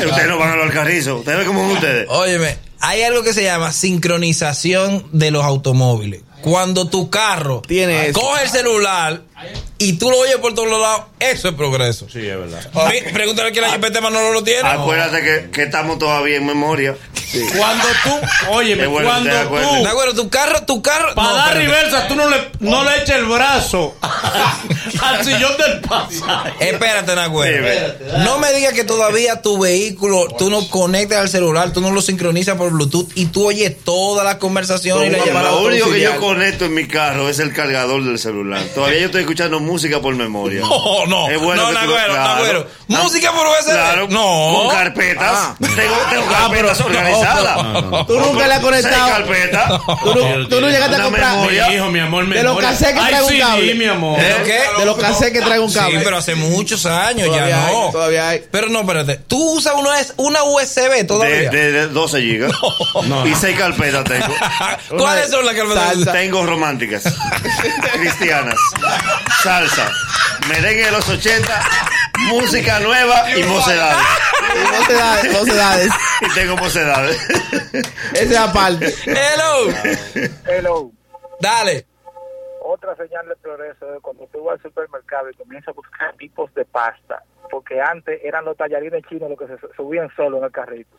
Speaker 4: Ustedes no van a los alcarrizos. Ustedes ven cómo son ustedes.
Speaker 2: Óyeme, hay algo que se llama sincronización de los automóviles. Cuando tu carro
Speaker 5: Tiene eso.
Speaker 2: coge el celular y tú lo oyes por todos lados, eso es progreso.
Speaker 3: Sí, es verdad.
Speaker 2: Mi- Pregúntale que la GPT Manolo lo tiene.
Speaker 4: Acuérdate que, que estamos todavía en memoria.
Speaker 3: Cuando tú, óyeme,
Speaker 4: Es bueno,
Speaker 3: cuando
Speaker 4: te acuerdas.
Speaker 3: tú,
Speaker 2: De acuerdo, tu carro, tu carro.
Speaker 3: para
Speaker 2: no,
Speaker 3: dar
Speaker 2: espérate.
Speaker 3: reversa, tú no le, no le eches el brazo
Speaker 7: Al sillón del pasaje.
Speaker 2: Espérate, Nahuel.
Speaker 7: Sí, espérate, dale.
Speaker 2: no me digas que todavía tu vehículo, tú no conectas al celular, tú no lo sincronizas por Bluetooth y tú oyes todas las conversaciones y las llamadas.
Speaker 4: Lo único que yo
Speaker 2: auxiliares.
Speaker 4: conecto en mi carro es el cargador del celular. Todavía yo estoy escuchando música por memoria.
Speaker 2: No, no.
Speaker 4: Es bueno
Speaker 2: No,
Speaker 4: que tú-
Speaker 2: Nagüero,
Speaker 4: claro.
Speaker 2: Nagüero. Música por USB.
Speaker 4: Claro,
Speaker 2: No.
Speaker 4: Con carpetas.
Speaker 2: Ah.
Speaker 4: Tengo, tengo
Speaker 2: Ah, pero
Speaker 4: carpetas
Speaker 2: eso no,
Speaker 4: organizadas.
Speaker 2: no, no.
Speaker 5: Tú nunca le has conectado.
Speaker 4: Seis carpetas.
Speaker 5: Tú no, tú no llegaste a
Speaker 4: Una
Speaker 5: comprar.
Speaker 4: memoria.
Speaker 3: Hijo, mi amor, me
Speaker 5: De los cassettes que trae un cable.
Speaker 3: mi amor.
Speaker 2: ¿De lo qué?
Speaker 5: eh, De los cassettes que trae un cable.
Speaker 2: Sí, pero hace muchos años
Speaker 5: todavía
Speaker 2: ya no.
Speaker 5: hay, todavía hay.
Speaker 2: Pero no, espérate. Tú usas una, una USB
Speaker 4: De,
Speaker 2: todavía.
Speaker 4: de- de 12 gigas.
Speaker 3: No.
Speaker 4: Y seis carpetas tengo.
Speaker 2: ¿Cuáles son las que me
Speaker 5: Salsa.
Speaker 4: Tengo románticas, cristianas, salsa, merengue de los 80, música nueva y mocedades.
Speaker 5: Mocedades, mocedades.
Speaker 4: Y tengo mocedades.
Speaker 5: Esa es la parte.
Speaker 2: Hello.
Speaker 10: Hello.
Speaker 2: Dale.
Speaker 10: Otra señal de progreso es cuando tú vas al supermercado y comienzas a buscar tipos de pasta. Porque antes eran los tallarines chinos los que se subían solo en el carrito.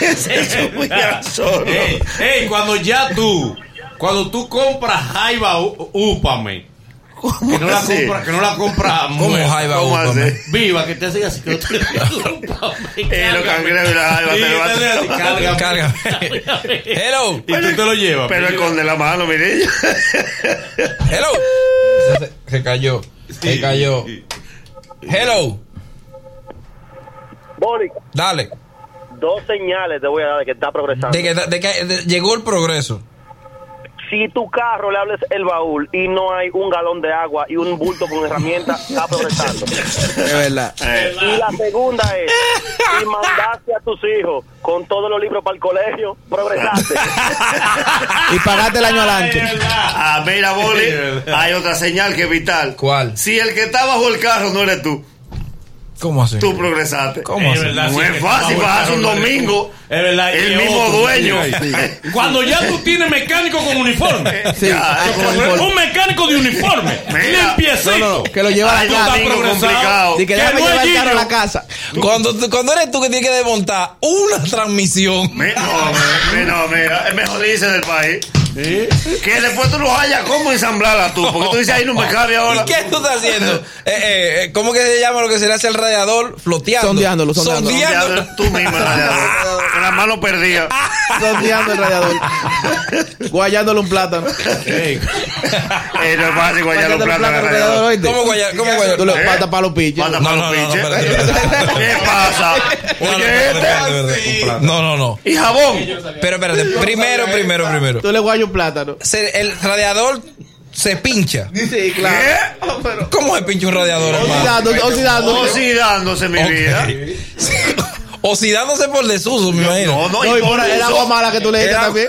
Speaker 4: Eso muy solo.
Speaker 3: Ey, ey, cuando ya tú, cuando tú compras jaiba, ú- úpame. Que no, la
Speaker 4: así?
Speaker 3: compra, que no la compra
Speaker 2: ¿Cómo
Speaker 3: muerta.
Speaker 2: jaiba
Speaker 4: ¿Cómo
Speaker 2: úpame?
Speaker 4: hace?
Speaker 3: Viva, que te hacen así que no te úpame,
Speaker 4: Eh, los cangrejos y la jaiba
Speaker 3: Sí,
Speaker 4: te
Speaker 3: te hacen así,
Speaker 4: levantan.
Speaker 3: cárgame.
Speaker 2: Cárgame. Hello.
Speaker 3: Y tú te lo llevas.
Speaker 4: Pero esconde la mano, mire.
Speaker 2: Hello. Se, se cayó. Se cayó. Hello.
Speaker 10: Boli,
Speaker 2: Dale.
Speaker 10: dos señales te voy a dar de que está progresando.
Speaker 2: De que, de que- de- llegó el progreso.
Speaker 10: Si tu carro le hables el baúl y no hay un galón de agua y un bulto con herramientas, está progresando.
Speaker 5: Es verdad.
Speaker 4: Eh.
Speaker 10: Y la segunda es, si mandaste a tus hijos con todos los libros para el colegio, progresaste.
Speaker 5: Y pagaste el año al ancho.
Speaker 4: Ah, mira, Boli,
Speaker 3: Sí, verdad.
Speaker 4: hay otra señal que es vital.
Speaker 2: ¿Cuál?
Speaker 4: Si el que está bajo el carro no eres tú,
Speaker 2: ¿Cómo así?
Speaker 4: tú progresaste.
Speaker 2: ¿Cómo así?
Speaker 4: No es fácil, bajas
Speaker 3: bajarse
Speaker 4: un domingo,
Speaker 3: Es verdad.
Speaker 4: el
Speaker 3: y
Speaker 4: mismo
Speaker 3: otro,
Speaker 4: dueño.
Speaker 3: sí. Cuando ya tú tienes mecánico con uniforme.
Speaker 5: Sí,
Speaker 4: Ya, eh,
Speaker 5: ah,
Speaker 4: eso
Speaker 5: con
Speaker 4: fue-
Speaker 5: uniforme.
Speaker 3: Un mecánico de uniforme.
Speaker 4: Mira.
Speaker 3: Limpiecito. Ah,
Speaker 5: No, no, que lo lleva a
Speaker 4: Ay,
Speaker 5: la casa.
Speaker 4: domingo
Speaker 3: progresado.
Speaker 4: complicado.
Speaker 5: Dice que
Speaker 3: que
Speaker 5: déjame
Speaker 3: no es
Speaker 5: llevar el carro a
Speaker 3: Gino.
Speaker 5: la casa.
Speaker 2: Cuando, tú- cuando eres tú que tienes que desmontar una transmisión.
Speaker 4: Me- No, me- no, mira, es mejor dice del país. Que después tú no hayas cómo ensamblarla tú, porque tú dices ahí no
Speaker 3: Ah.
Speaker 4: me cabe ahora.
Speaker 2: ¿Y qué tú estás haciendo? Eh, eh, eh, ¿Cómo que se llama lo que se le hace al radiador? Floteando.
Speaker 5: Sondeándolo, sondeando.
Speaker 2: Sondeando.
Speaker 4: Ya, Tú misma, la- con la mano perdida.
Speaker 5: Sondeando el radiador. Guayándole un plátano.
Speaker 4: Eh, no es fácil guayar los
Speaker 5: Guayándole
Speaker 4: plátanos al radiador.
Speaker 5: ¿oíste?
Speaker 2: ¿Cómo guayar? ¿Cómo guayar?
Speaker 5: Tú le
Speaker 4: ¿Eh?
Speaker 5: patas para los piches.
Speaker 4: Manda
Speaker 2: No,
Speaker 4: para
Speaker 2: no,
Speaker 4: los
Speaker 2: no,
Speaker 4: pinches.
Speaker 2: espérate, espérate.
Speaker 4: ¿Qué
Speaker 2: No,
Speaker 4: pasa?
Speaker 2: no,
Speaker 4: Oye,
Speaker 2: espérate, espérate,
Speaker 4: este-
Speaker 2: espérate, espérate. No, no, no.
Speaker 4: ¿Y jabón?
Speaker 2: Pero espérate, primero, primero, primero.
Speaker 5: Tú le guayas un plátano.
Speaker 2: Se- el radiador se pincha.
Speaker 5: Sí,
Speaker 4: ¿Qué?
Speaker 5: claro. Pero-
Speaker 2: ¿Cómo se pincha un radiador, hermano?
Speaker 5: Oxidando, oxidando.
Speaker 4: Oxidándose mi vida.
Speaker 2: Oxidándose por desuso, me imagino.
Speaker 4: No, no,
Speaker 5: No,
Speaker 4: y
Speaker 5: y
Speaker 4: por
Speaker 5: pon el agua
Speaker 4: eso
Speaker 5: mala que tú le echas
Speaker 2: El agua-
Speaker 5: también.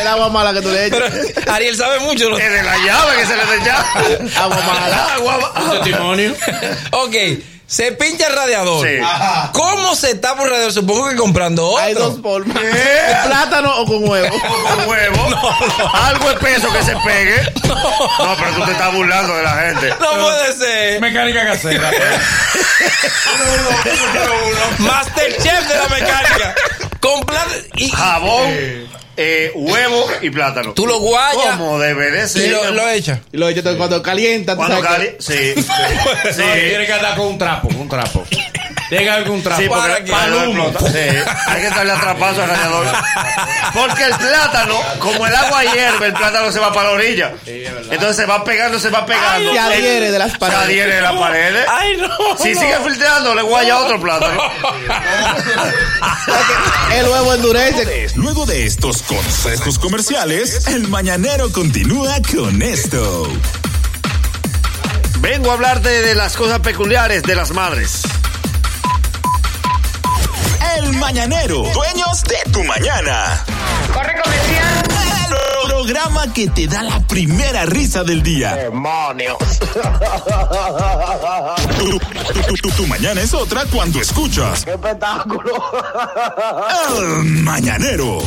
Speaker 5: El agua mala que tú le
Speaker 2: Pero
Speaker 5: echas.
Speaker 2: Ariel sabe mucho. ¿no?
Speaker 4: es de la llave que se le echa.
Speaker 5: Agua mala.
Speaker 4: Agua mala.
Speaker 3: Testimonio.
Speaker 2: Ok, se pincha el radiador.
Speaker 4: Sí.
Speaker 2: ¿Cómo se tapa un radiador? Supongo que comprando otro.
Speaker 5: Hay dos formas.
Speaker 4: ¿Qué?
Speaker 5: ¿Con plátano o con huevo?
Speaker 4: con huevo, algo espeso que se pegue. No. pero tú te estás burlando de la gente.
Speaker 2: No puede ser.
Speaker 7: Mecánica casera.
Speaker 2: Masterchef de la mecánica. Con plat- y,
Speaker 4: Jabón, eh, huevo y plátano.
Speaker 2: Tú lo guayas.
Speaker 4: Como debe de
Speaker 2: y
Speaker 4: ser.
Speaker 2: lo, lo echas.
Speaker 5: Y lo echas cuando calienta. tú
Speaker 4: Cuando
Speaker 5: sabes que-
Speaker 4: cali- sí. sí.
Speaker 3: Sí. No, tiene que andar con un trapo, un trapo. Tiene que andar con un trapo.
Speaker 4: Sí, porque
Speaker 2: Para
Speaker 4: el
Speaker 2: que-
Speaker 4: plátano explota. Sí, hay que darle atrapazo al radiador. Porque el plátano, como el agua hierve, el plátano se va para la orilla. Entonces se va pegando, se va pegando.
Speaker 5: Se adhiere de las
Speaker 4: Se
Speaker 5: paredes.
Speaker 4: adhiere de las paredes.
Speaker 2: Ay, no.
Speaker 4: Si sigue filtrando, le guaya otro plátano. ¿eh?
Speaker 5: El huevo endurece.
Speaker 8: Luego de estos consejos comerciales, el mañanero continúa con esto.
Speaker 4: Vengo a hablarte de las cosas peculiares de las madres.
Speaker 8: El mañanero, dueños de tu mañana.
Speaker 11: Corre comercial.
Speaker 8: El programa que te da la primera risa del día.
Speaker 4: Demonio.
Speaker 8: Tu, tu- tu- tu- tu mañana es otra cuando escuchas
Speaker 10: ¡Espectáculo!
Speaker 8: El mañanero.